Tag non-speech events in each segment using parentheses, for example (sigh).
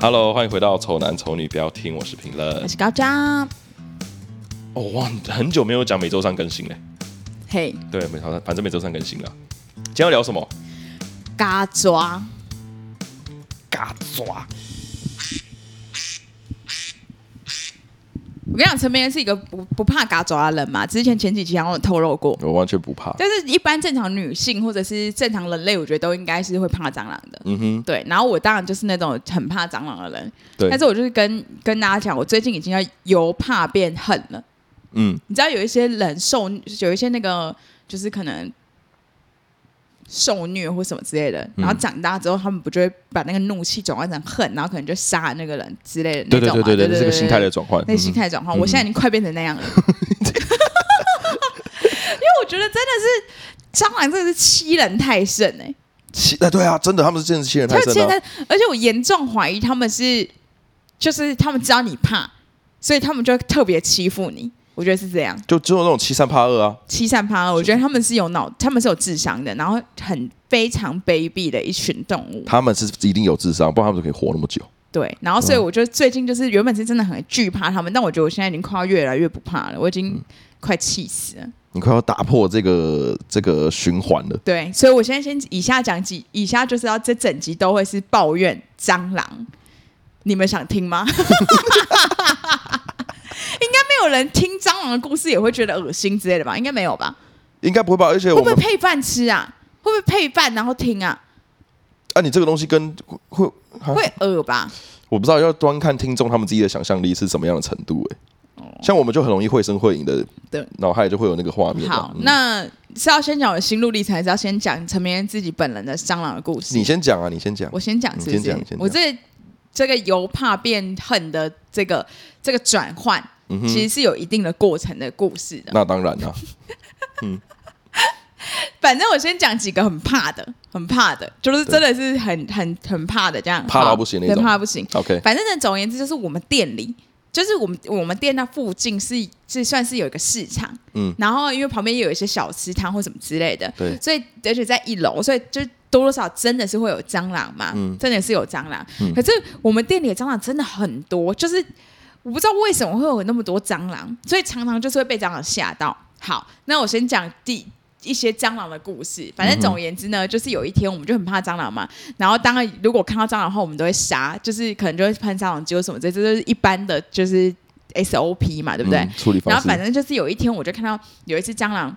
Hello，欢迎回到《丑男丑女》，不要听，我是评我论。是高张，哦，哇，很久没有讲每周三更新嘞。嘿，对，每周三，反正每周三更新了。今天要聊什么？嘎抓，嘎抓。我跟你讲，陈明恩是一个不不怕嘎抓的人嘛，之前前几期好像有透露过，我完全不怕。但是一般正常女性或者是正常人类，我觉得都应该是会怕蟑螂的。嗯哼，对，然后我当然就是那种很怕蟑螂的人，对但，是我就是跟跟大家讲，我最近已经要由怕变恨了。嗯，你知道有一些人受，有一些那个就是可能受虐或什么之类的，嗯然后长大之后，他们不就会把那个怒气转换成恨，然后可能就杀了那个人之类的那对对种嘛对对对，这对是个心态的转换。那心态转嗯换。我现在已经快变成 (laughs) 那样了，因为我觉得真的是蟑螂真的是欺人太甚哎、气，哎，对啊，真的，他们是真的是欺人太就甚现了。啊在，而且我严重怀疑他们是，就是他们知道你怕，所以他们就特别欺负你。我觉得是这样，就只有那种欺善怕恶啊。欺善怕恶。我觉得他们是有脑，他们是有智商的，然后很非常卑鄙的一群动物。他们是一定有智商，不然他们就可以活那么久。对，然后所以我就最近就是原本是真的很惧怕他们，但我觉得我现在已经快要越来越不怕了，我已嗯经快气死了。你快要打破这个这个循环了。对，所以我现在先以下讲几，以下就是要这整集都会是抱怨蟑螂，你们想 (laughs) 听吗？应该没有人听蟑螂的故事也会觉得恶心之类的吧？应该没有吧？应该不会吧？而且会我不会们配饭吃啊？会不会配饭然后听啊？啊，你这个东西跟会，啊会恶吧？我不知道要端看听众他们自己的想象力是什么样的程度、欸。像我们就很容易绘声绘影的，对，脑海就会有那个画面嘛。好，嗯那是要先讲我的心路历程，还是要先讲陈明恩自己本人的蟑螂的故事？你先讲啊，你先讲我。先讲，你是先不是讲你先？讲我这这个由怕变恨的这个这个转换，嗯哼，其实是有一定的过程的故事的。那当然啦、啊反正我先讲几个很怕的，很怕的，就是真的是很很很怕的这样，怕到不行那种很怕到不行。 OK，反正呢，总而言之，就是我们店里，就是我们我们店那附近是是算是有一个市场，嗯嗯，然后因为旁边也有一些小吃摊或什么之类的，对所以而且在一楼，所以就多多少真的是会有蟑螂嘛，嗯真的是有蟑螂。可是我们店里的蟑螂真的很多，就是我不知道为什么会有那么多蟑螂，所以常常就是会被蟑螂吓到。好，那我先讲第。一些蟑螂的故事，反正总而言之呢，就是有一天我们就很怕蟑螂嘛，然后当然如果看到蟑螂的话，我们都会杀，就是可能就会喷蟑螂酒什么之类，这就是一般的就是 SOP 嘛，对不对？嗯处理然方后式。反正就是有一天，我就看到有一只蟑螂，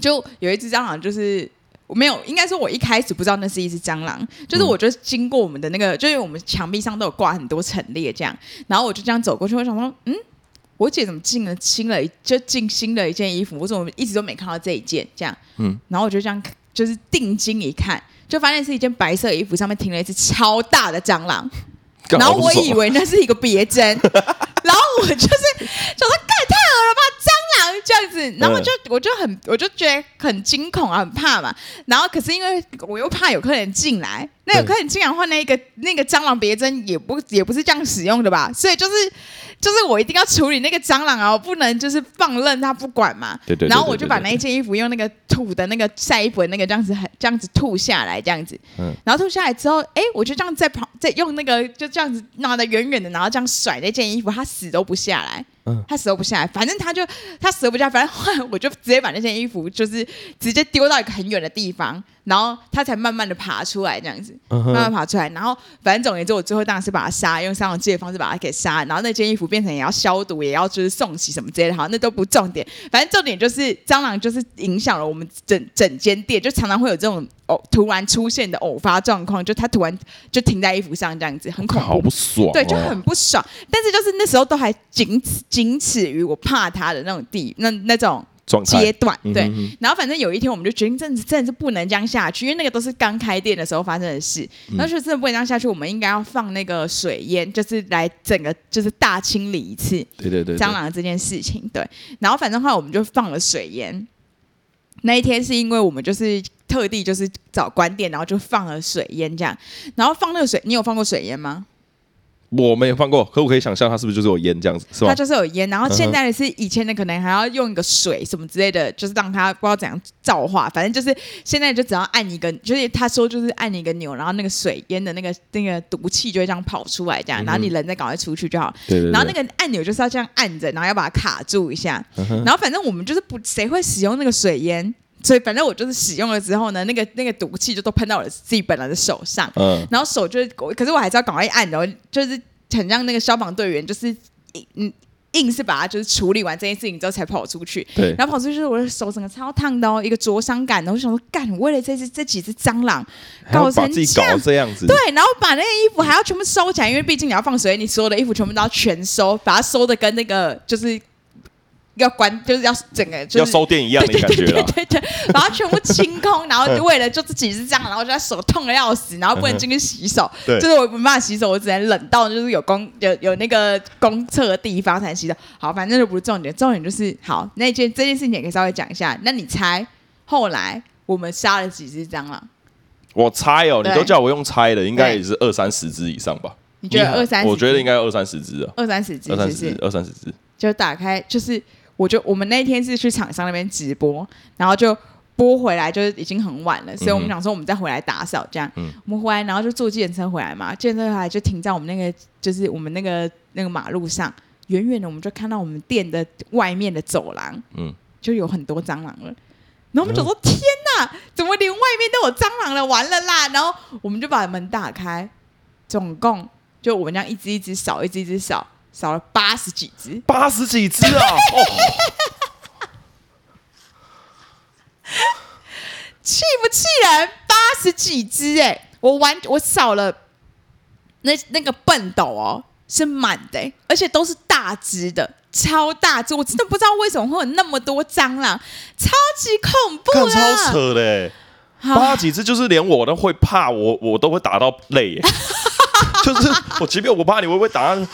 就有一只蟑螂，就是我没有，应该说我一开始不知道那是一只蟑螂，就是嗯我就经过我们的那个，就是我们墙壁上都有挂很多陈列这样，然后我就这样走过去，我想说，嗯。我姐怎么进了新了一就进新了一件衣服？我怎么一直都没看到这一件？这样，嗯嗯，然后我就这样就是定睛一看，就发现是一件白色衣服，上面停了一只超大的蟑螂。干然后好我爽以为那是一个别针，然后我就是想说，盖太恶了吧，蟑螂这样子，然后我就、我就很我就觉得很惊恐啊，很怕嘛。然后可是因为我又怕有客人进来，那有对客人进来的话，那个那个蟑螂别针也不也不是这样使用的吧，所以就是就是我一定要处理那个蟑螂啊，我不能就是放任它不管嘛。对对对然后我就对对把对那一件衣服用那个吐的那个晒衣服的那个这样子很这样子吐下来，这样子，嗯然后吐下来之后，哎，我就这样在旁在用那个就这样子拿的远远的，然后这样甩那件衣服，它死都不下来，嗯它死都不下来，反正它就它死都不下来，反正后来我就直接把那件衣服就是直接丢到一个很远的地方，然后它才慢慢的爬出来这样子，嗯慢慢哼，爬出来，然后反正总而言之，我最后当然是把它杀，用杀虫剂的方式把它给杀，然后那件衣服变成也要消毒，也要就是送洗什么之类的，好，那都不重点，反正重点就是蟑螂就是影响了我们整整间店，就常常会有这种偶突然出现的偶发状况，就它突然就停在衣服上这样子，很恐看好怖。不爽、哦。对，就很不爽，但是就是那时候都还仅此仅此于我怕它的那种地那那种状态。阶段，对，嗯哼然后反正有一天我们就决定，真的真的是不能这样下去，因为那个都是刚开店的时候发生的事。嗯然后就真的不能这样下去，我们应该要放那个水淹，就是来整个就是大清理一次对对对，对蟑。螂这件事情。对，然后反正后来我们就放了水淹。那一天是因为我们就是特地就是找关店，然后就放了水淹这样，然后放那个水，你有放过水淹吗？我没有放过，可我可以想象它是不是就是有烟这样子，是吧它？就是有烟，然后嗯哼现在的是以前的可能还要用一个水什么之类的，就是让它不知道怎样造化，反正就是现在就只要按一个，就是他说就是按一个钮，然后那个水烟的那个那个毒气就会这样跑出来，这嗯样，然后你人再赶快出去就好。对对对。然后那个按钮就是要这样按着，然后要把它卡住一下。然后反正我们就是不谁会使用那个水烟，所以反正我就是使用了之后呢，那个那个毒气就都喷到我自己本人的手上，嗯，然后手就是，可是我还是要赶快按，然后就是很让那个消防队员就是硬嗯硬是把它就是处理完这件事情之后才跑出去。对，然后跑出去之后，我的手整个超烫的哦，一个灼伤感。然后我想说，干，我为了这只这几只蟑螂，还要搞把成自己搞这到样这样子，对，然后把那个衣服还要全部收起来，因为毕竟你要放水，你所有的衣服全部都要全收，把它收的跟那个就是要关，就是要整个就是要收电一样的对感觉对对啦。嗯对对，把它全部清 (laughs) 空，然后就为了就自己是这样，然后就在手痛的要死，然后不能进去洗手，对就是我没办法洗手，我只能冷到就是有公有有那个公厕的地方才能洗手。好，反正就不是重点，重点就是好那件这件事情也可以稍微讲一下。那你猜后来我们杀了几只蟑螂？我猜哦，你对都叫我用猜的，应该也是二三十只以上吧？你觉得你二三十只？嗯我觉得应该有二三十只啊，二三十只，二是三不十是只，？二三十只。就打开，就是我就我们那一天是去厂商那边直播，然后就播回来，就是已经很晚了，所以我们嗯哼想说我们再回来打扫这样。嗯我们回来，然后就坐计程车回来嘛，计程车回来就停在我们那个就是我们那个那个马路上，远远的我们就看到我们店的外面的走廊，嗯就有很多蟑螂了。然后我们就说：“天哪，怎么连外面都有蟑螂了？完了啦！”然后我们就把门打开，总共就我们这样一只一只扫，一只一只扫，扫了八十几只。八十几只 (laughs) 啊！哦，气不气人？八十几只哎、我完我少了那那个笨斗哦，是满的欸、而且都是大只的，超大只，我真的不知道为什么会有那么多蟑螂，超级恐怖看啦！超扯的欸，好八十几只就是连我都会怕，我我都会打到累 (laughs) 欸。就是我，即便我怕你，我也会打到。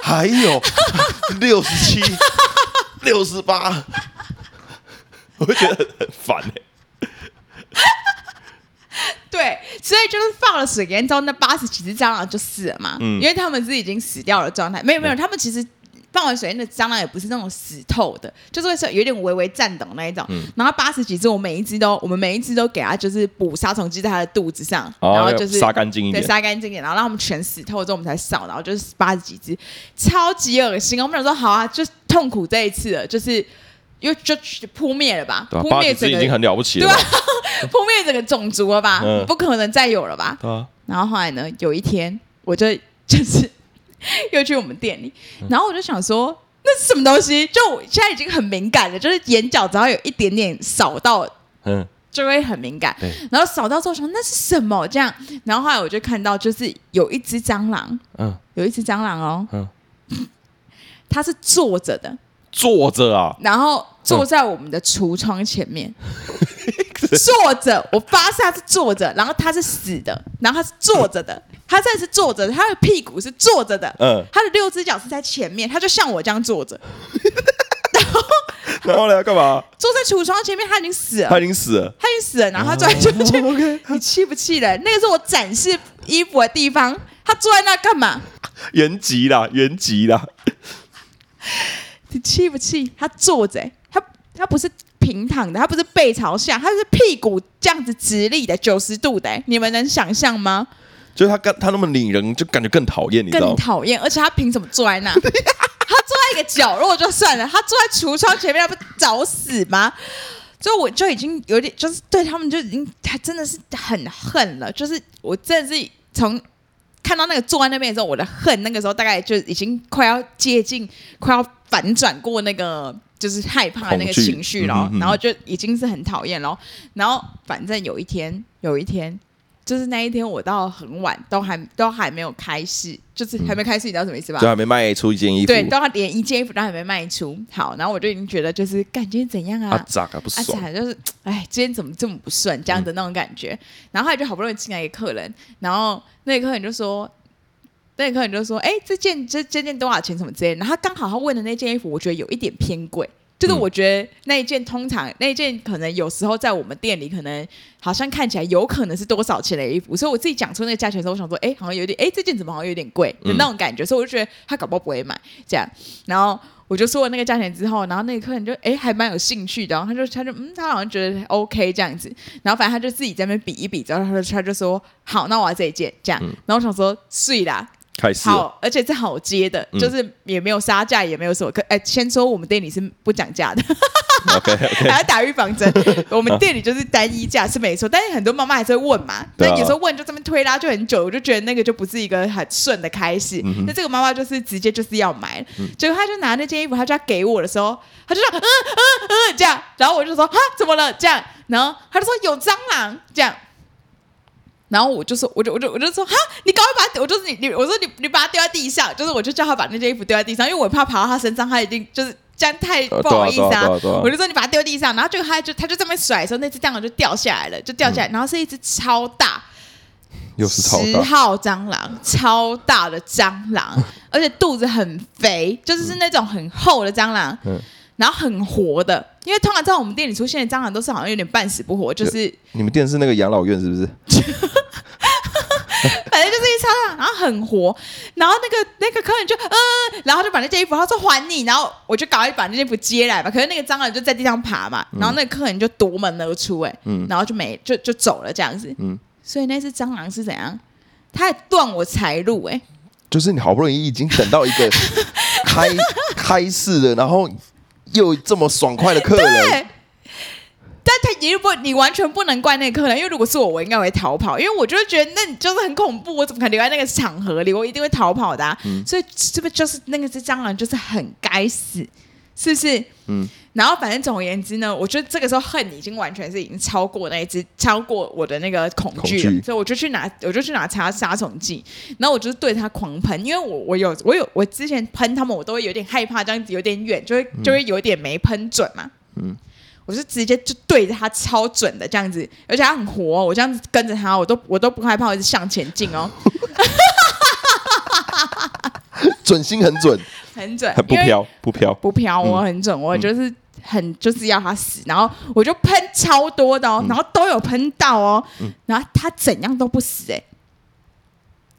还有 (laughs) 六十七、 (laughs) 六十八， (laughs) 我会觉得很烦哎。 (laughs) 对，所以就是放了水烟之后，那八十几只蟑螂就死了嘛，嗯因为他们是已经死掉了状态，没有没有，他们其实。放完水烟的蟑螂也不是那种死透的，就是会说有点微微颤抖那一种。嗯然后八十几只，我每一只都，我们每一只都给它就是补杀虫剂在它的肚子上，然后就是哦杀干净一对，点，杀干净一点，然后让他们全死透之后，我们才扫，然后就是八十几只，超级恶心。我们想说，好啊，就痛苦这一次了，就是因为就扑灭了吧，对吧扑八灭十只整已个经很了不起对了吧吧？？扑灭整个种族了吧？嗯不可能再有了吧？对啊，然后后来呢，有一天我就就是 (laughs) 又去我们店里，嗯然后我就想说。那是什么东西？就我现在已经很敏感了，就是眼角只要有一点点扫到嗯，就会很敏感对。然后扫到之后想那是什么？这样，然后后来我就看到就是有一只蟑螂，嗯有一只蟑螂哦，嗯，它是坐着的，坐着 (laughs) 啊，然后坐在我们的橱窗 (laughs) 前面。坐着，我发誓它是坐着，然后它是死的，然后它是坐着的，它现在是坐着的，它的屁股是坐着的，嗯，它的六只脚是在前面，它就像我这样坐着，然后呢要干嘛？坐在橱窗前面，它已经死了，他已哦经死了。他已经死了，然后他坐在中 (laughs) 间，你气不气人？那个是我展示衣服的地方，他坐在那干嘛？原籍啦，原籍啦，你气不气？他坐着欸、他他不是平躺的，他不是背朝下，他是屁股这样子直立的九十度的欸、你们能想象吗？就是他跟他那么拟人，就感觉更讨厌，你知道更吗？讨厌，而且他凭什么坐 (laughs) 在那？他坐在一个角落就算了，他坐在橱窗前面，他不找死吗？所以我就已经有点，就是对他们就已经，他真的是很恨了。就是我真的是从看到那个坐在那边的时候，我的恨那个时候大概就已经快要接近，快要反转过那个就是害怕的那恐个惧情绪了，嗯嗯嗯然后就已经是很讨厌了。然后反正有一天，有一天就是那一天我到很晚，都还都还没有开市，就是还没开市，你知道什么意思吧？就还没卖出一件啊衣服，对，都要连一件衣服都还没卖出。好，然后我就已经觉得就是，感觉怎样啊啊？咋啊不啊，爽，嗯惨就是，哎，今天怎么这么不顺，这样的那种感觉。然后后来就好不容易进来一个客人，然后那个客人就说，那个客人就说，哎，这件这这件多少钱什么之类的。然后他刚好他问的那件衣服，我觉得有一点偏贵，就是嗯我觉得那一件通常那一件可能有时候在我们店里可能好像看起来有可能是多少钱的衣服，所以我自己讲出那个价钱的时候，我想说，哎、好像有点，哎、这件怎么好像有点贵的嗯那种感觉，所以我就觉得他搞不好不会买这样。然后我就说了那个价钱之后，然后那个客人就哎、诶还蛮有兴趣的，然后他就他就嗯他好像觉得 OK 这样子，然后反正他就自己在那边比一比，之后他就他就说好，那我要这一件这样，嗯然后我想说睡啦，开始了好，而且是好接的，嗯就是也没有杀价，也没有什么。可哎、先说我们店里是不讲价 (laughs) 的， ，OK (laughs) OK，还要打预 (laughs) 防针。我们店里就是单一价是没错，但是很多妈妈还是会问 (laughs) 嘛。对那啊有时候问就这么推拉就很久，我就觉得那个就不是一个很顺的开始。嗯哼嗯那这个妈妈就是直接就是要买，结果她就拿那件衣服，她就要给我的时候，她就说嗯 (laughs) 嗯嗯这样，然后我就说哈怎么了这样，然后她就说有蟑螂这样。然后我就说，我就我就我就说哈，你赶快把它，我就是你你，我说你你把它丢在地上，就是我就叫他把那件衣服丢在地上，因为我怕爬到他身上，他一定就是这样太呃不好意思对啊对啊对啊对啊我就说你把它丢地上，然后就他就他就这么甩的时候，那只蟑螂就掉下来了，就掉下来，然后是一只超大嗯又是超十大，嗯号蟑螂，超大的蟑螂，而且肚子很肥，就是是那种很厚的蟑螂，嗯然后很活的，因为通常在我们店里出现的蟑螂都是好像有点半死不活，就是你们店是那个养老院是不是？反正就是一超大，然后很活，然后那个那个客人就呃，然后就把那件衣服，他说还你，然后我就赶快把那件衣服接来吧。可是那个蟑螂就在地上爬嘛，然后那个客人就夺门而出、哎、嗯然后就没就就走了这样子。嗯，所以那只蟑螂是怎样？它还断我财路、哎，就是你好不容易已经等到一 (laughs) 个开开市了，然后又这么爽快的客人，对。但他也不，你完全不能怪那个客人，因为如果是我，我应该会逃跑，因为我就会觉得那你就是很恐怖，我怎么可能留在那个场合里？我一定会逃跑的、啊。嗯所以是不是就是那个只蟑螂就是很该死，是不是？嗯。然后反正总而言之呢，我觉得这个时候恨已经完全是已经超过那一只，超过我的那个恐惧恐了惧，所以我就去拿，我就去拿杀杀虫剂，然后我就是对它狂喷，因为我我有我有我之前喷它们，我都会有点害怕，这样子有点远，就会嗯就会有点没喷准嘛。我是直接就对着它超准的这样子，而且它很活、哦我这样子跟着它，我都我都不害怕，我一直向前进哦，准心很准，很准，很不因为飘不飘。不飘，我很准，我就是很就是要它死，然后我就喷超多的哦，然后都有喷到哦，然后它怎样都不死哎、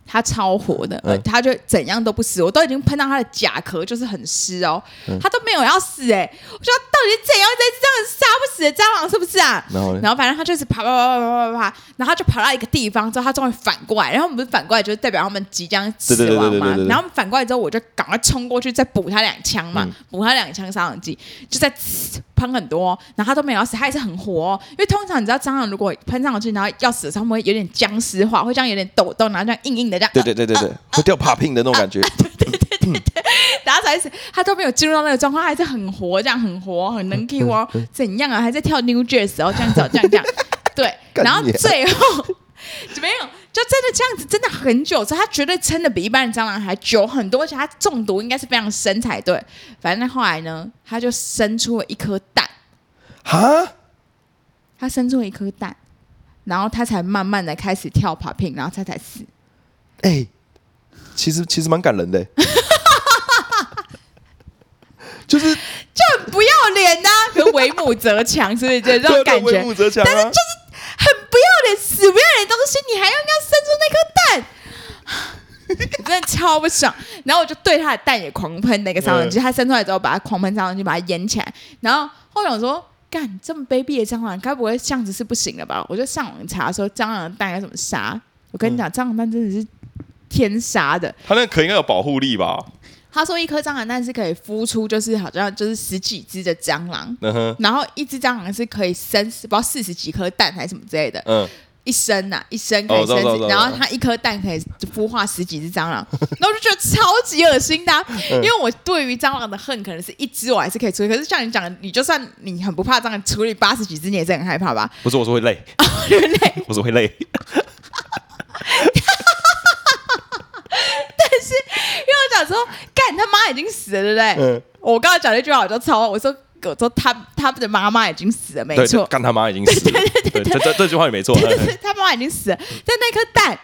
它超活的，呃嗯它就怎样都不死，我都已经喷到它的甲壳就是很湿哦，它都没有要死哎、我说到底怎样才这样杀不死的蟑螂是不是啊？然后呢？然后反正他就是爬爬爬爬爬爬爬，然后他就跑到一个地方之后，他终于反过来，然后我们不是反过来就是代表他们即将死对对对亡对对嘛对对，对然后我们反过来之后，我就赶快冲过去再补他两枪嘛嗯，补他两枪杀虫剂，就在呲喷很多哦，然后他都没有要死，他也是很活哦，因为通常你知道蟑螂如果喷上去然后要死的时候，他们会有点僵尸化，会这样有点抖动，然后这样硬硬的这样，对对对对对，啊会掉 popping 的那种感觉，然后才死，他都没有进入到那个状况，他还是很活，这样很活，很能 (laughs) Q 哦，嗯怎样啊？还在跳 New Jersey 哦，这样子、哦，这样这样，对，干然后你啊最后没有，就真的这样子，真的很久，所以他绝对撑的比一般的蟑螂还久很多，而且他中毒应该是非常深才对。反正后来呢，他就生出了一颗蛋，啊哈，他生出了一颗蛋，然后他才慢慢的开始跳 popping，然后他才死。哎，其实其实蛮感人 (laughs) 的，就是很不要脸呐、啊，跟为母则强，是不是？就这种对感对觉为。母则强但是啊就，是很不要脸、死不要脸的东西，你还要让它生出那颗蛋。我 (laughs) 真的超不爽，然后我就对它的蛋也狂喷那个杀虫剂，它生出来之后把它狂喷杀虫剂，把它淹起来。然后后来我说，干这么卑鄙的蟑螂，该不会这样子是不行了吧？我就上网查说蟑螂蛋该怎么杀。我跟你讲，蟑螂蛋真的是天杀的。他那壳应该有保护力吧？他说一颗蟑螂蛋是可以孵出，就是好像就是十几只的蟑螂，嗯哼，然后一只蟑螂是可以生不知道四十几颗蛋还是什么之类的。嗯，一生呐、一生可以哦我生知道我几，知道然后它一颗蛋可以孵化十几只蟑螂， (laughs) 然后我就觉得超级恶心的啊、嗯因为我对于蟑螂的恨可能是一只我还是可以处理，可是像你讲的，你就算你很不怕蟑螂，处理八十几只你也是很害怕吧？ (laughs) 不是，我是会累，人类我是会累，因为我讲说，干他妈已经死了，对不对？嗯，我刚才讲那句话，我就超我说我说他他的妈妈已经死了，没对，就错，干 (laughs) 他妈已经死了，对，这这这句话也没错，哎对对对，他妈妈已经死了，但那颗蛋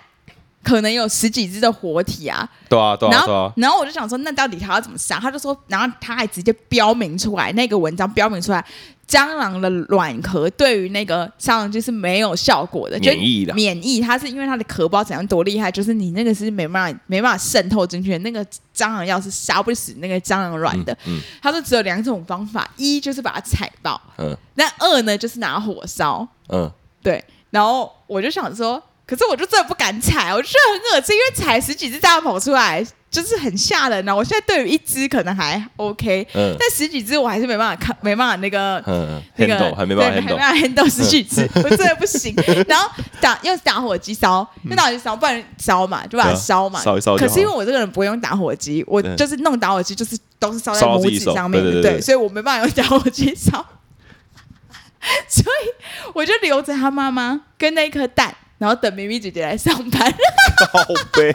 可能有十几只的活体啊。对啊，对然啊，对后啊，，然后我就想说，那到底他要怎么杀？他就说，然后他还直接标明出来，那个文章标明出来，蟑螂的卵壳对于那个杀虫剂是没有效果的，就免疫的免疫，它是因为它的壳不知道怎样多厉害，就是你那个是没办法没办法渗透进去的，那个蟑螂药是杀不死那个蟑螂卵的。嗯他说只有两种方法，一就是把它踩爆，嗯那二呢就是拿火烧。嗯，对，然后我就想说，可是我就真的不敢踩，我就觉得很恶心，因为踩十几只大跑出来，就是很吓人呢、啊我现在对于一只可能还 OK，、嗯但十几只我还是没办法看，没办法那个。嗯那个，handle 还没办法对还没 handle，办法 handle 十 (laughs) 几只，我真的不行。然后打又打火机烧，又打火机烧，不然烧嘛，就把它嗯对啊烧嘛。烧一烧就可好是因为我这个人不用打火机，我对就是弄打火机就是都是烧在烧到拇自己指手上面的，对对对对所以我没办法用打火机烧。 (laughs) 所以我就留着他妈妈跟那一颗蛋，然后等咪咪姐姐来上班。 (laughs) 好悲，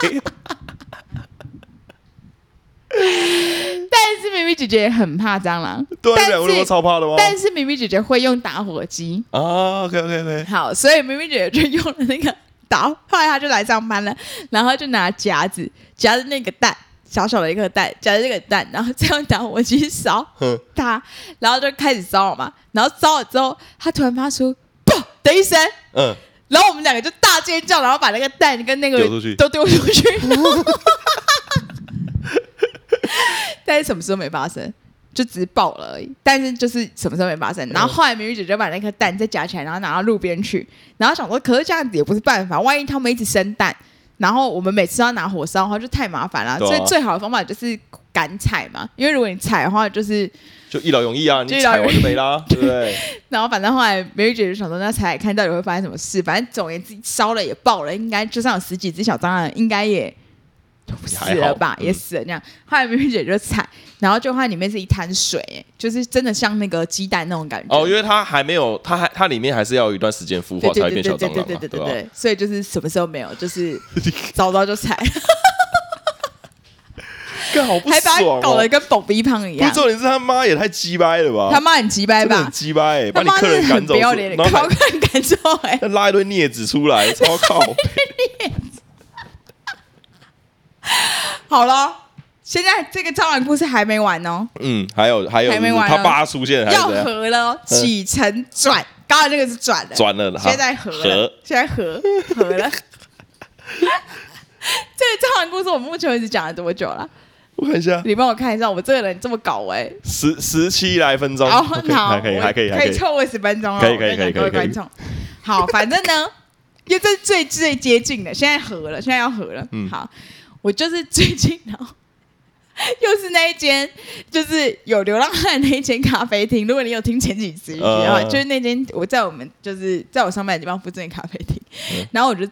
但是咪咪姐姐也很怕蟑螂，对但啊，我他妈是超怕的吗？但是咪咪姐姐会用打火机，啊，OK OK OK，好，所以咪咪姐姐就用了那个打，后来她就来上班了，然后就拿夹子夹着那个蛋，小小的一颗蛋，夹着这个蛋，然后再用打火机烧嗯它，然后就开始烧了嘛，然后烧了之后，她突然发出“砰”的一声，嗯，然后我们两个就大尖叫，然后把那个蛋跟那个丢出去都丢 (laughs) 出去。然后但是什么事都没发生，就只是爆了而已。但是就是什么事都没发嗯生。然后后来明玉姐就把那颗蛋再夹起来，然后拿到路边去，然后想说，可是这样子也不是办法，万一他们一直生蛋，然后我们每次都要拿火烧的话，就太麻烦了。对啊所以最好的方法就是赶采嘛，因为如果你采的话，就是就一劳永逸啊，就你一劳踩永完就没啦， (laughs) 对不对？然后反正后来梅玉姐就想说，那采采看到底会发生什么事。反正总而言之，烧了也爆了，应该就算有十几只小蟑螂，应该也死了吧，嗯也死了那样。后来梅玉姐就采，然后就看里面是一滩水、就是真的像那个鸡蛋那种感觉。哦，因为它还没有，它还它里面还是要有一段时间孵对化才会对对变对小对蟑对螂对嘛，对对吧？对，所以就是什么时候没有，就是 (laughs) 早早就采，干好不还把它爽搞哦得！跟狗逼胖一不是样。重点是他妈也太鸡掰了吧？他妈很鸡掰真的吧很？鸡掰欸，把你他客妈真的人赶很走不之，要脸，然后靠还看感受哎、再拉一堆镊子出来，超靠北！好了，现在这个蟑螂故事还没完哦。嗯，还有还有，还没完他啊爸出现还是要怎样？合了哦，起承转，刚才那个是转了，嗯转了哈现在合了合，现在合合了。 (laughs) 这个蟑螂故事我目前为止讲了多久了？我看一下，你帮我看一下，我这个人这么搞哎、十十七来分钟，然后 OK，哦好，还 (laughs) 可以，我还可以，可还以凑二十分钟了，哦可以可以我跟你可讲以各位可以观众。好，反正呢，因为这是最最接近的，现在合了，现在要合了。嗯好，我就是最近然后又是那一间，就是有流浪汉的那一间咖啡厅。如果你有听前几集的话，呃就是那间我在我们就是在我上班的地方附近的咖啡厅，嗯然后我就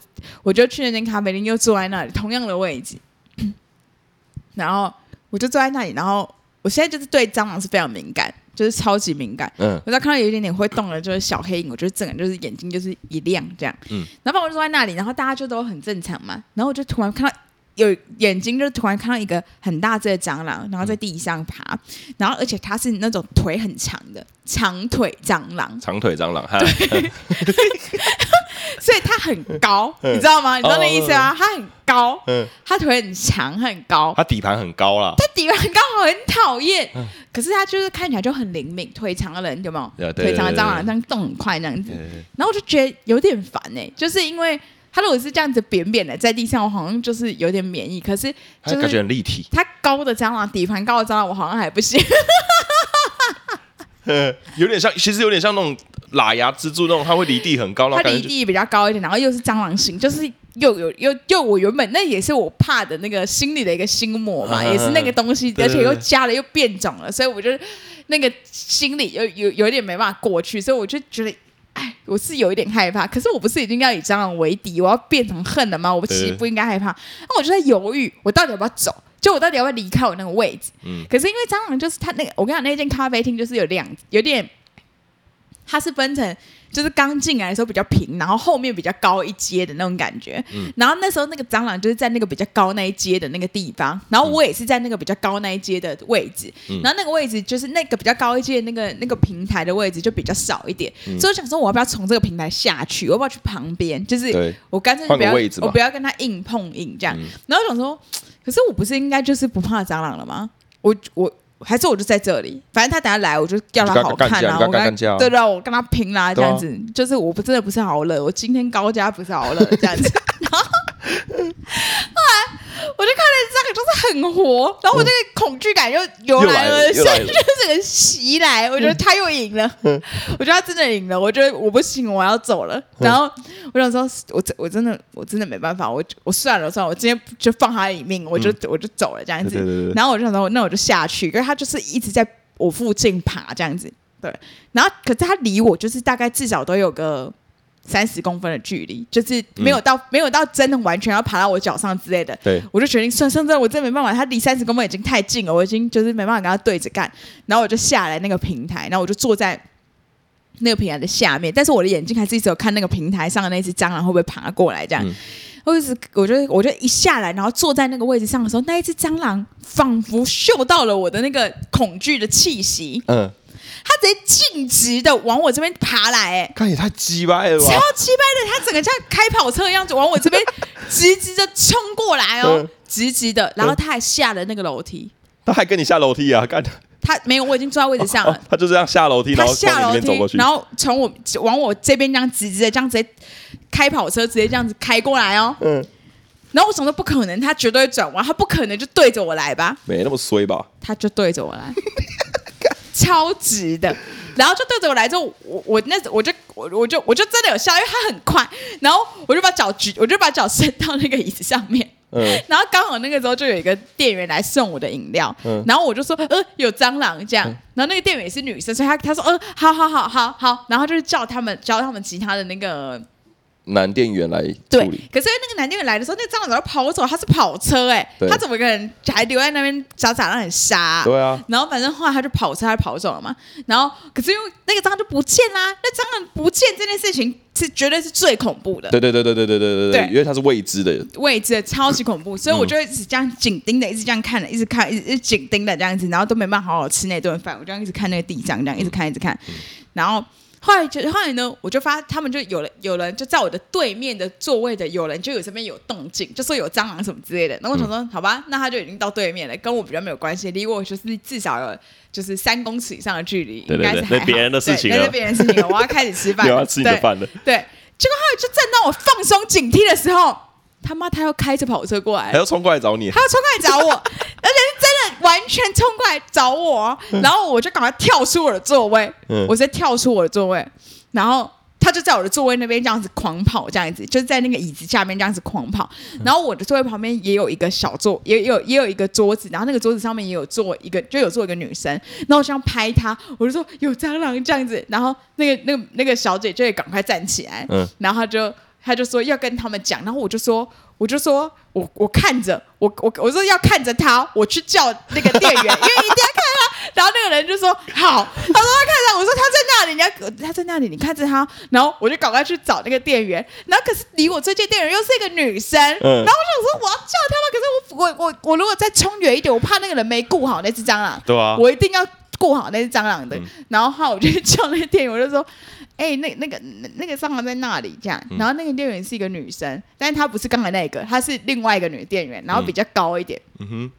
我就去那间咖啡厅，又坐在那里同样的位置，然后我就坐在那里，然后我现在就是对蟑螂是非常敏感，就是超级敏感。嗯我只要看到有一点点会动的，就是小黑影，我就是整个人就是眼睛就是一亮这样。嗯然后我就坐在那里，然后大家就都很正常嘛。然后我就突然看到有眼睛，就突然看到一个很大只的蟑螂，然后在地上爬，然后而且它是那种腿很长的长腿蟑 (laughs) 螂，长腿蟑螂，哈，所以它很高，嗯哦你知道吗？你知道那意思吗？它很高，嗯，它腿很长，它很高。它底盘很高啦，它底盘刚好很讨厌，嗯可是它就是看起来就很灵敏，腿长的人有没有？啊对对腿长的对对蟑螂对这样动很快那样子，嗯然后我就觉得有点烦哎、就是因为它如果是这样子扁扁的在地上，我好像就是有点免疫。可是它就感觉是很立体，它高的蟑螂，底盘高的蟑螂，我好像还不行。嗯有点像，其实有点像那种喇牙蜘蛛那种，它会离地很高，然它后感离觉就地比较高一点，然后又是蟑螂型，就是又有又又我原本那也是我怕的那个心里的一个心魔嘛，嗯也是那个东西，对而且对又对加了又变种了，所以我就那个心里有有有一点没办法过去，所以我就觉得。哎，我是有一点害怕，可是我不是已经要以蟑螂为敌，我要变成恨了吗？我其对实对不应该害怕。那我就在犹豫，我到底要不要走？就我到底要不要离开我那个位置？嗯可是因为蟑螂就是它那个，我跟你讲，那间咖啡厅就是有两有点它是分成就是刚进来的时候比较平，然后后面比较高一阶的那种感觉。然后那时候那个蟑螂就是在那个比较高那一阶的那个地方，然后我也是在那个比较高那一阶的位置，然后那个位置就是那个比较高一阶的那个那个平台的位置就比较少一点，所以我想说我要不要从这个平台下去，我要不要去旁边，就是对我干脆换不个要位置吧嗯我不要跟他硬碰硬这样。然后我想说，可是我不是应该就是不怕蟑螂了吗？我我还是我就在这里，反正他等下来我就要让他好看啊，你我跟他干架你跟跟他干架他啊对对啊，我跟他拼啦，这对啊样子，就是我不真的不是好乐，我今天高加不是好乐这 (laughs) 样子。然后后来我就看着这个就是很活，然后我这个恐惧感又油然而又生，来了又来了嗯就是整个袭来。我觉得他又赢了，我觉得他真的赢了，我觉得我不行，我要走了。嗯然后我想说，我真我真的我真的没办法，我我算了算了，我今天就放他一命，我就、我就走了这样子。嗯对对对对然后我就想说，那我就下去，可是他就是一直在我附近爬这样子。对，然后可是他离我就是大概至少都有个三十公分的距离，就是没嗯有到、没有到真的完全要爬到我脚上之类的。对，我就嗯决定算算算，我真的没办法，他离三十公分已经太近了，我已经就是没办法跟他对着干。然后我就下来那个平台，然后我就坐在那个平台的下面，但是我的眼睛还是一直有看那个平台上的那只蟑螂会不会爬过来这样。嗯我一直，我就我就一下来，然后坐在那个位置上的时候，那一只蟑螂仿佛嗅到了我的那个恐惧的气息，嗯，它直接径直的往我这边爬来、哎，看也太鸡掰了超吧！气派的，它整个像开跑车一样子往我这边直直的冲过来哦嗯，直直的，然后嗯它还下了那个楼梯，他还跟你下楼梯啊？干，它没有，我已经坐在位置上了哦， (laughs) 他就这样下楼梯，他然后下往楼你这边走过去梯，，然后从我往我这边这样直直的这样直接开跑车，直接这样子开过来哦。嗯，然后我想说不可能，他绝对会转弯，他不可能就对着我来吧？没那么衰吧？他就对着 (laughs) 我来，超直的。然后就对着我来之后，我我那我就我我就我就真的有笑，因为他很快，然后我就把脚举，我就把脚伸到那个椅子上面，嗯，然后刚好那个时候就有一个店员来送我的饮料，嗯然后我就说呃有蟑螂这样，然后那个店员也是女生，所以她她说呃好好好好好，然后就是叫他们教他们其他的那个男店员来对，处理，可是那个男店员来的时候，那个蟑螂早就跑走，他是跑车哎、对他怎么可能还留在那边傻傻让人杀啊、对啊，然后反正后来他就跑车，他就跑走了嘛。然后可是因为那个蟑螂就不见啦，那蟑螂不见这件事情是绝对是最恐怖的。对对对对对对对对对，因为他是未知的，位置超级恐怖，所以我就一直这样紧盯着，一直这样看的，一直看，一直一直紧盯着这样子，然后都没办法好好吃那顿饭，我就这样一直看那个地上，这样一直看，一直看，然后。后来就后来呢，我就发他们就有人有人就在我的对面的座位的有人就有这边有动静，就说有蟑螂什么之类的。然后我想说，好吧，那他就已经到对面了，跟我比较没有关系，离我就是至少有就是三公尺以上的距离，对对应该是对还那好别人的事对情那了是别人的事情了，我要开始吃饭又 (laughs) 了，要吃啊你的对饭了，对，结果后来就正当我放松警惕的时候，他妈他又开着跑车过来还，要冲过来找你他，要冲过来找我，而且是真的完全冲过来找我哦，然后我就赶快跳出我的座位，嗯我直接跳出我的座位，然后。他就在我的座位那边这样子狂跑，这样子就是在那个椅子下面这样子狂跑。然后我的座位旁边也有一个小桌，也有也有一个桌子，然后那个桌子上面也有坐一个，就有坐一个女生。然后我这样拍她，我就说有蟑螂这样子。然后那个那个那个小姐就也赶快站起来，嗯然后他就他就说要跟他们讲，然后我就说我就说我我看着我我我说要看着他，我去叫那个店员，因为一定要 (laughs) 看他。然后那个人就说好，他说他看着我，我说他在那里，你要他在那里，你看着他。然后我就赶快去找那个店员，然后可是离我最近的店员又是一个女生，嗯然后我想说我要叫他们，可是我我我我如果再冲远一点，我怕那个人没顾好那只蟑螂。对啊，嗯我一定要顾好那只蟑螂的。然后后来我就叫那个店员，我就说：“ (laughs) 哎、那那个那那个蟑螂在那里。”这样，嗯然后那个店员是一个女生，但是她不是刚才那个，她是另外一个女店员，然后比较高一点。嗯哼，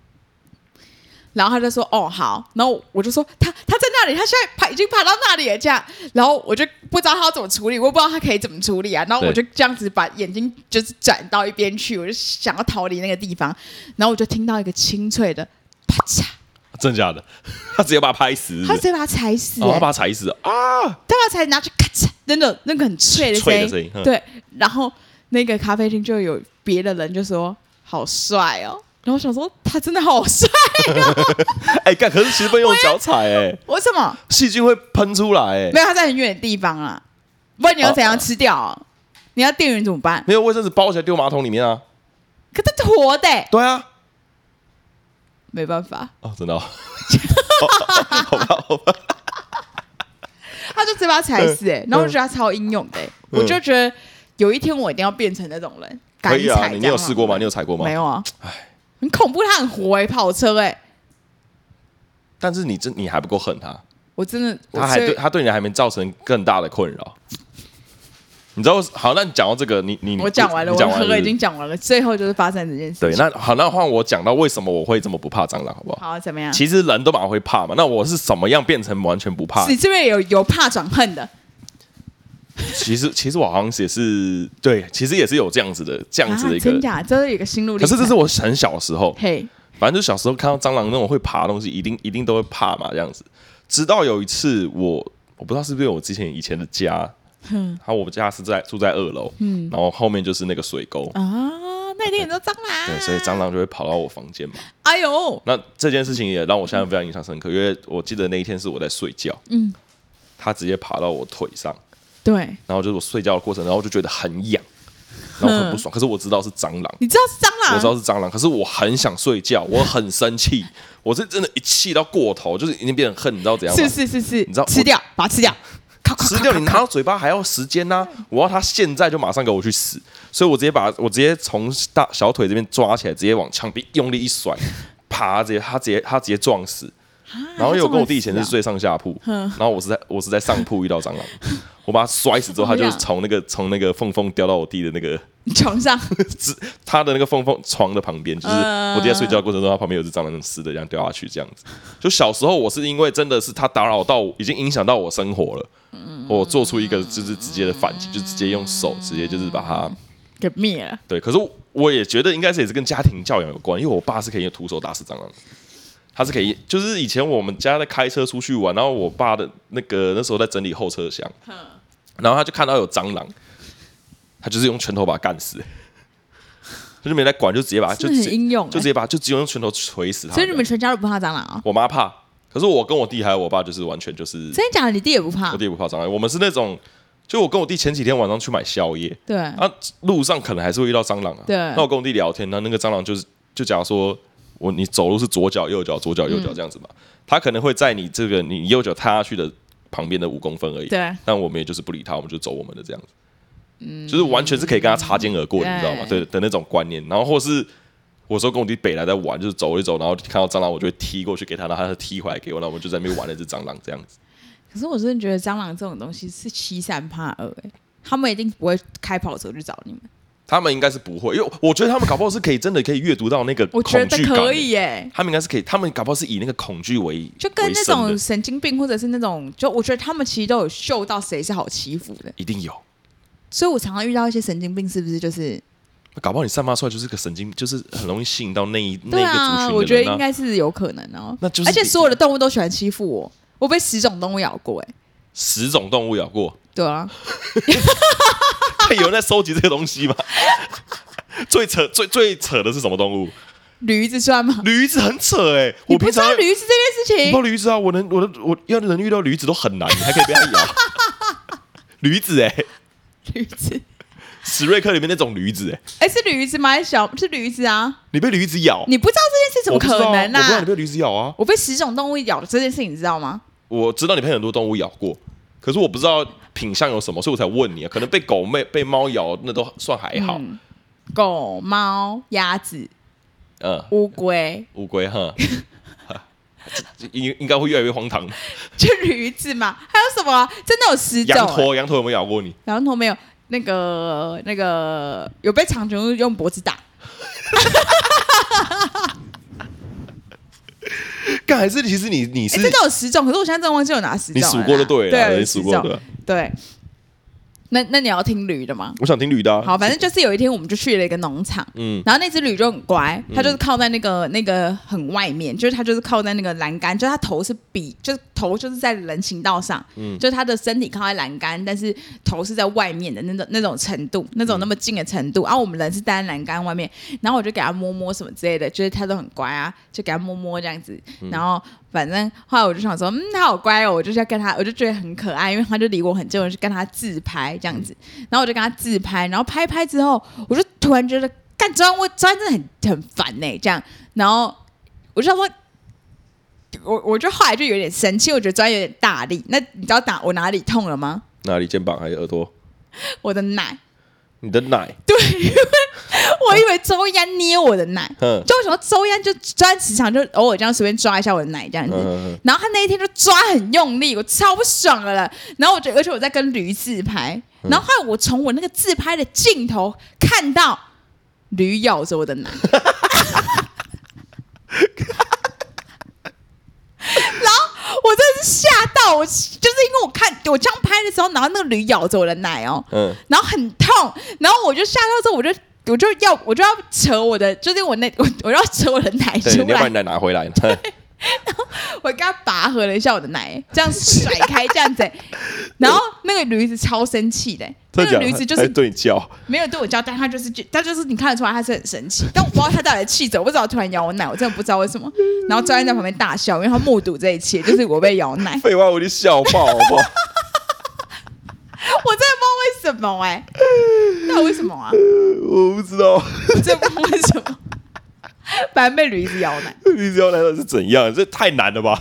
然后她就说：“哦，好。”然后我就说：“她她在那里，她现在爬已经爬到那里了。”这样，然后我就不知道她要怎么处理，我也不知道她可以怎么处理啊。然后我就对这样子把眼睛就是转到一边去，我就想要逃离那个地方，然后我就听到一个清脆的啪嚓，真假的， (laughs) 他直接把他拍死，是不她直是接把它踩死、哦，欸他把他踩死啊！他把才拿去咔嚓，那种那个很脆的脆声的声音，音嗯对。然后那个咖啡厅就有别的人就说：“好帅哦！”然后我想说他真的好帅，哎，干，可是其实不能用脚踩，哎，为什么？细菌会喷出来，哎没，有他在很远的地方啊，不然你要怎样哦吃掉、啊你要店员怎么办？没有卫生纸包起来丢马桶里面啊，可他活的欸、对啊，没办法。哦，真的哦，他就直接把它踩死嗯哎、然后我就觉得他超英勇的、欸，我就觉得有一天我一定要变成那种人，敢可以啊，踩你蟑你螂有试过吗？你有踩过吗？没。有啊，很恐怖，他很活哎、跑车哎、但是你真你还不够恨他，我真的，我他还最对他对你还没造成更大的困扰。你知道好，那你讲到这个，你你我讲完了，你我讲的完合了已经讲完了，最后就是发生这件事情。对。那好，那换我讲到为什么我会这么不怕蟑螂，好不好？好，怎么样？其实人都蛮会怕嘛，那我是怎么样变成完全不怕？你这边有有怕转恨的，其实其实我好像也是对，其实也是有这样子的这样子的一啊、真个。假？这是一个心路历可程。是这是我很小的时候，嘿，反正就小时候看到蟑螂那种会爬的东西，一定一定都会怕嘛，这样子。直到有一次我，我不知道是不是我之前以前的家，然后我家是在住在二楼，嗯然后后面就是那个水沟，啊，那一定很多蟑螂。对，所以蟑螂就会跑到我房间嘛。哎呦，那这件事情也让我现在非常印象深刻，因为我记得那一天是我在睡觉，嗯，它直接爬到我腿上，对，然后就是我睡觉的过程，然后我就觉得很痒，然后很不爽，可是我知道是蟑螂。你知道是蟑螂？我知道是蟑螂，可是我很想睡觉，我很生气，我是真的，一气到过头，就是已经变成恨，你知道怎样吗？是是是是，你知道吃掉，把它吃掉，咔咔吃掉你拿到嘴巴还要时间呐、我要他现在就马上给我去死，所以我直接把我直接从大小腿这边抓起来，直接往墙壁用力一甩，爬直接他直接他直接撞死。然后因为我跟我弟以前是睡上下铺，然后我是在我是在上铺遇到蟑螂，我把他摔死之后，他就是从那个从那个缝缝掉到我弟的那个床上， (laughs) (laughs) 只他的那个缝缝床的旁边，就是嗯我弟在睡觉的过程中，他旁边有只蟑螂死的这样掉下去，这样子。就小时候我是因为真的是他打扰到我，已经影响到我生活了，我做出一个就是直接的反击，就直接用手直接就是把他给灭了。对。可是我也觉得应该是也是跟家庭教养有关，因为我爸是可以用徒手打死蟑螂的。他是可以，就是以前我们家在开车出去玩，然后我爸的那个那时候在整理后车厢，然后他就看到有蟑螂，他就是用拳头把它干死，他就没来管，就直接把它就真的很直英勇欸就直接把就只有用拳头锤死他。所以你们全家都不怕蟑螂啊、我妈怕，可是我跟我弟还有我爸就是完全就是真的假的？你弟也不怕我？弟也不怕蟑螂，我们是那种。就我跟我弟前几天晚上去买宵夜，对、啊，路上可能还是会遇到蟑螂啊。对那我跟我弟聊天，那那个蟑螂就是，就假如说我你走路是左脚右脚左脚右脚嗯这样子嘛，它可能会在你这个你右脚踏下去的旁边的五公分而已。对，但我们也就是不理它，我们就走我们的这样子。就是完全是可以跟它擦肩而过，嗯对你知道吗？对的那种观念。然后或是我说跟我弟北来在玩，就是走一走，然后看到蟑螂，我就会踢过去给他，然后他就踢回来给我，然后我们就在那边玩那只蟑螂这样子。可是我真的觉得蟑螂这种东西是欺善怕恶、欸，他们一定不会开跑车去找你们。他们应该是不会，因为我觉得他们搞不好是可以真的可以阅读到那个我恐觉得惧感可的。以耶、他们应该是可以，他们搞不好是以那个恐惧为就跟那为种生的神经病或者是那种，就我觉得他们其实都有嗅到谁是好欺负的，一定有，所以我常常遇到一些神经病，是不是就是？搞不好你散发出来就是个神经，就是很容易吸引到那一、那对一个族群的人、啊，啊。我觉得应该是有可能哦、那就是而且所有的动物都喜欢欺负我，我被十种动物咬过、欸，哎，十种动物咬过， (laughs) 对啊，有人在收集这个东西吗？ (laughs) 最扯最最扯的是什么动物？驴子算吗？驴子很扯哎、你我不平知道常驴子这件我事碰情，驴子啊，我能我的我要能遇到驴子都很难，你还可以被它咬。 (laughs) 驴子哎、驴子，史瑞克里面那种驴子哎、哎、是驴子吗？还是小是驴子啊？你被驴子咬，你不知道这件事怎我么不知道可能哦我不知道啊你？被驴子咬啊。我被十种动物咬的这件事，你知道吗？我知道你被很多动物咬过，可是我不知道品相有什么，所以我才问你啊。可能被狗、被被猫咬，那都算还好。嗯，狗、猫、鸭子、乌龟，嗯乌龟哈，这这应应该会越来越荒 (laughs) 唐。就驴子嘛，还有什么啊、真的有十种、羊欸？驼，羊驼有没有咬过你？然后头没有那个那个有被长颈鹿用脖子打，哎干还是其实你你哎、是真的有十种，可是我现在真的忘记有哪十种了啦。你数过就对了对，有你10数过种对吧对。那那你要听驴的吗？我想听驴的啊。好，反正就是有一天我们就去了一个农场，嗯然后那只驴就很乖，它就是靠在那个那个很外面，就是它就是靠在那个栏杆，就是它头是比，就是头就是在人行道上，嗯就是它的身体靠在栏杆，但是头是在外面的那种那种程度，那种那么近的程嗯度。然、啊后、我们人是站在栏杆外面，然后我就给它摸摸什么之类的，就是它都很乖啊，就给它摸摸这样子。嗯然后反正后来我就想说，嗯，它好乖哦，我就是要跟它，我就觉得很可爱，因为它就离我很近，我就跟它自拍这样子。然后我就跟他自拍，然后拍一拍之后，我就突然觉得，干欸昨天我昨天真的很很烦呢、这样，然后我就想说，我我就后来就有点生气，我觉得抓有点大力。那你知道打我哪里痛了吗？哪里？肩膀还是耳朵？我的奶，你的奶？我以为周央捏我的奶，哼，就为什么周央就专职场就偶尔这样随便抓一下我的奶这样嗯子。嗯，嗯然后他那一天就抓很用力，我超不爽的了。然后我就，而且我在跟驴自拍，嗯然后后来我从我那个自拍的镜头看到驴咬着我 (laughs) 的奶，然后我真的是吓到我，就是因为我看我这样拍的时候，然后那个驴咬着我的奶哦，嗯，然后很痛，然后我就吓到之后，我就我就要我就要扯我的，就是我那我我要扯我的奶对，出你要把来你，奶拿回来。哼我刚拔河了一下我的奶，这样甩开这样子、然后那个驴子超生气的、 (laughs) 那真的假个的哎驴子就还是对你叫，没有对我叫，但他就是他就是你看得出来他是很生气，但我不知道他到底气走，我只知道突然咬我奶，我真的不知道为什么。然后教练在旁边大笑，因为他目睹这一切，就是我被咬奶，我真的废话，我就笑爆，好 (laughs) 不好？不知道为什么哎、到底为什么啊？我不知道 (laughs) 我真的不知道为什么，反正被驴子咬奶，你知道来到是怎样，这太难了吧？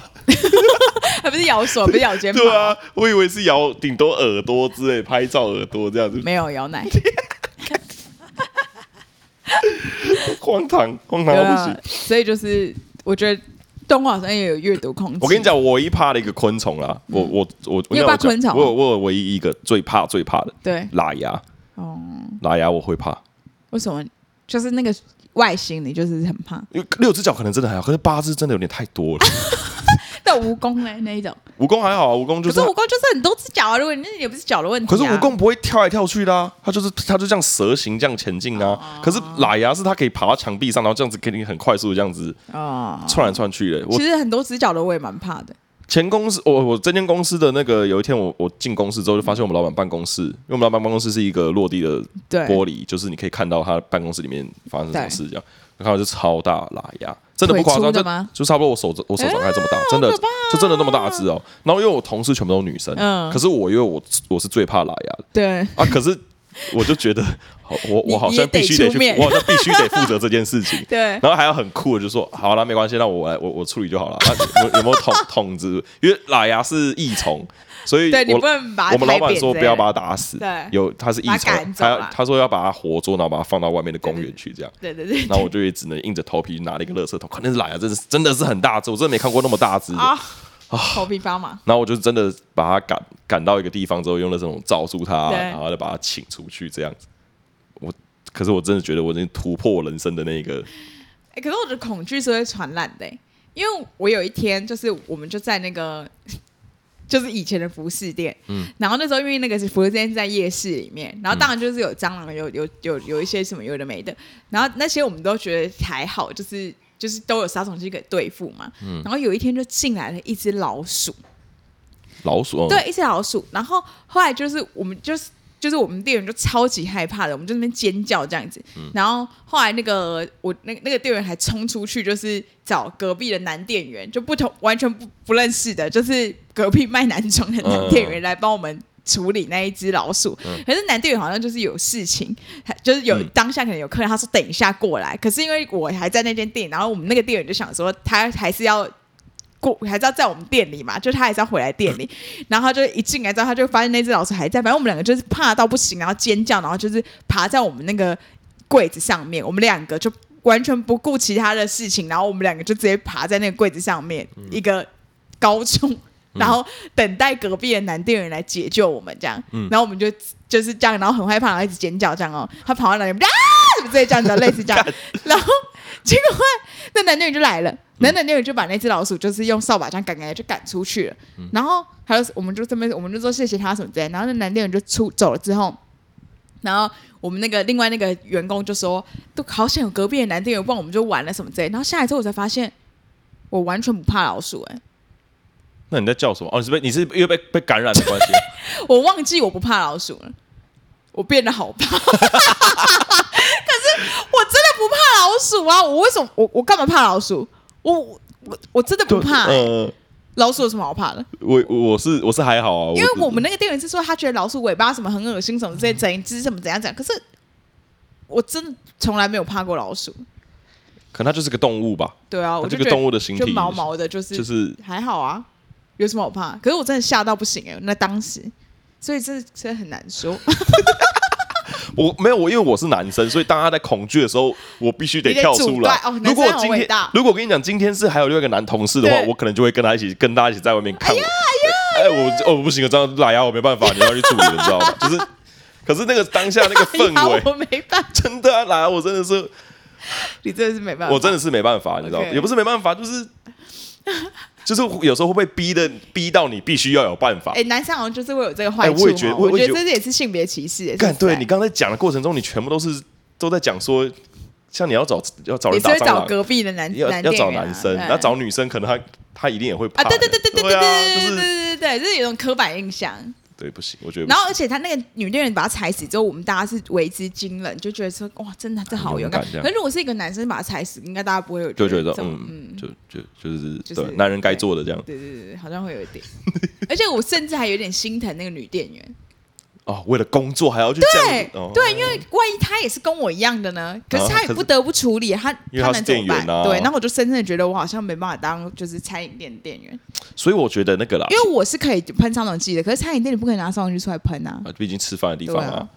还不是咬手，不是咬肩膀，对啊，我以为是咬顶多耳朵之类，拍照耳朵这样子，没有咬奶。荒唐，荒唐对到不啊行。，所以就是我觉得动画好像也有阅读空间。我跟你，讲，我唯一怕的一个昆虫啦，我我我，嗯你有我怕我讲昆虫我有我有唯一一个最怕最怕的对，拉牙，哦，拉牙我会怕，为什么？就是那个外形，你就是很怕。因为六只脚可能真的还好，可是八只真的有点太多了。 (laughs) 但蜈蚣呢那一种，蜈蚣还好啊，蜈蚣就可是蜈蚣就是很多只脚啊，如果你那也不是脚的问题、可啊。是蜈蚣不会跳来跳去的、啊，它就是它就这样蛇形这样前进的哦啊。可是喇牙是它可以爬到墙壁上，然后这样子给你很快速的这样子哦，窜来窜去的。我其实很多只脚的我也蛮怕的。前公司，我我这间公司的那个有一天我我进公司之后，就发现我们老板办公室，因为我们老板办公室是一个落地的对，玻璃，就是你可以看到他办公室里面发生什么事这样。我看到就超大喇牙，真的不夸腿张，粗的就吗啊就差不多我手掌我手掌还这么大，真的好可怕就真的那么大只哦。然后因为我同事全部都是女生，嗯可是我因为我我是最怕喇牙的。对，啊，可是我就觉得， (laughs) 好，我你我好像必须你得也得出去面，。我好像必须得负责这件事情 (laughs) 对然后还要很酷的就说，好了，没关系，那我来，我我处理就好了。啊、有有没有捅捅子？因为喇牙是益虫，所以对你我不能把它我们老拍板扁说之不要类的把它打死，对有它是益把它虫赶，走他啦他说要把它活捉，然后把它放到外面的公园去这样。对对对然后我就也只能硬着头皮拿了一个垃圾桶，可能是喇牙真的是真的是很大只，我真的没看过那么大只的。啊，头皮发麻。然后我就真的把它赶赶到一个地方之后，用了这种罩住它，对然后再把它请出去这样子。我可是我真的觉得我已经突破我人生的那个，欸，可是我的恐惧是会传染的欸、因为我有一天就是我们就在那个 (laughs) 就是以前的服饰店，嗯，然后那时候因为那个是服饰店是在夜市里面，然后当然就是有蟑螂，有有有有一些什么有的没的，然后那些我们都觉得还好，就是就是都有杀虫剂可以对付嘛，嗯，哦然后有一天就进来了一只老鼠，老鼠哦，对，一只老鼠。然后后来就是我们就是就是我们店员就超级害怕的，我们就在那边尖叫这样子。然后后来那个我那那个店员还冲出去，就是找隔壁的男店员，就不同完全不不认识的，就是隔壁卖男装的男店员来帮我们。处理那一只老鼠，可是男店员好像就是有事情，还就是有、嗯当下可能有客人，他说等一下过来。可是因为我还在那间店，然后我们那个店员就想说，他还是要过还是要在我们店里嘛，就他还是要回来店里。然后他就一进来之后，他就发现那只老鼠还在，反正我们两个就是怕到不行，然后尖叫，然后就是爬在我们那个柜子上面，我们两个就完全不顾其他的事情，然后我们两个就直接爬在那个柜子上面，一个高中。然后等待隔壁的男店员来解救我们，这样，然后我们就就是这样，然后很害怕，然后一直尖叫这样哦。他跑到那里面啊，怎么这样的类似这样，然后结果那男店员就来了，那男店员就把那只老鼠就是用扫把这样赶赶赶就赶出去了。然后还有我们就这边我们就说谢谢他什么之类的，然后那男店员就出走了之后，然后我们那个另外那个员工就说都好想有隔壁的男店员，不然我们就完了什么之类的。然后下来之后我才发现我完全不怕老鼠、欸，那你在叫什么？哦，你是被你是因为被被感染的关 (laughs) 系，我忘记我不怕老鼠了，我变得好怕。 (laughs) 可是我真的不怕老鼠啊！我为什么我我干嘛怕老鼠？我我我真的不怕、欸呃，老鼠有什么好怕的？我我是我是还好啊，因为我们那个店员是说他觉得老鼠尾巴什么很恶心，什么这整一只什么怎样怎样。可是我真的从来没有怕过老鼠，可能它就是个动物吧，对啊，我它就这个觉得动物的形就体毛毛的，就是就是还好啊，有什么好怕？可是我真的吓到不行哎、那当时，所以这真的很难说。我没有我，因为我是男生，所以当他在恐惧的时候，我必须得你得跳出来阻断。哦如果男生今好天伟大，如果我跟你讲今天是还有另外一个男同事的话，对我可能就会跟他一起跟大家一起在外面看我。哎我哦不行，我这样来啊，我没办法，你要去处理，你知道吗？就是，可是那个当下那个 (laughs) 氛围哎呀，我没办法，真的啊，来啊，我真的是，你真的是没办法，我真的是没办法，你知道吗？嗯 OK 也不是没办法，就是。就是有时候会被逼的，逼到你必须要有办法哎、。男生好像就是会有这个坏哎处、我也觉得哦我我我也觉觉得得这也是性别歧视、欸。干，说实对在你刚才讲的过程中，你全部都是都在讲说，像你要找要找你人是打会蟑找螂，啊隔壁的男要男要店找员啊男生，对然后找女生，可能他他一定也会怕啊，的。对对对对对对对啊，对就对是对对对，这是有一种刻板印象。对不行，我觉得不然行后，而且他那个女猎人把他踩死之后，我们大家是为之惊人，就觉得说哇，真的这好勇敢很勇敢这。样可是如果是一个男生把他踩死，应该大家不会有就觉得这种嗯，就就就是就是对男人该做的这样对对对对，好像会有一点。 (laughs) 而且我甚至还有点心疼那个女店员，哦，为了工作还要去这样对子，哦对，因为万一她也是跟我一样的呢，可是啊她可也是不得不处理，她因为她她能是怎么店办员？啊对，那我就深深的觉得我好像没办法当就是餐饮店的店员，所以我觉得那个啦，因为我是可以喷杀虫剂的，可是餐饮店你不可以拿杀虫剂出来喷啊。啊毕竟吃饭的地方对啊啊，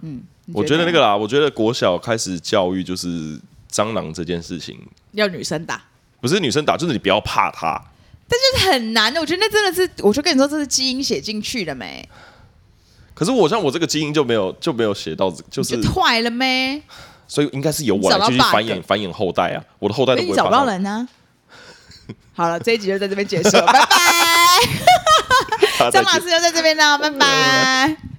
你我觉得那个呢啦，我觉得国小开始教育就是蟑螂这件事情，要女生打，不是女生打，就是你不要怕它。就是很难的。我觉得那真的是，我就跟你说这是基因写进去了没，可是我像我这个基因就没有就没有写到，就是你就坏了没，所以应该是由我来你找到继续繁 bug 衍繁衍后代啊，我的后代所都以不你会找不到怕它 (laughs) 人啊。好了，这一集就在这边结束了，拜拜。它张再老见师就在这边了，拜拜。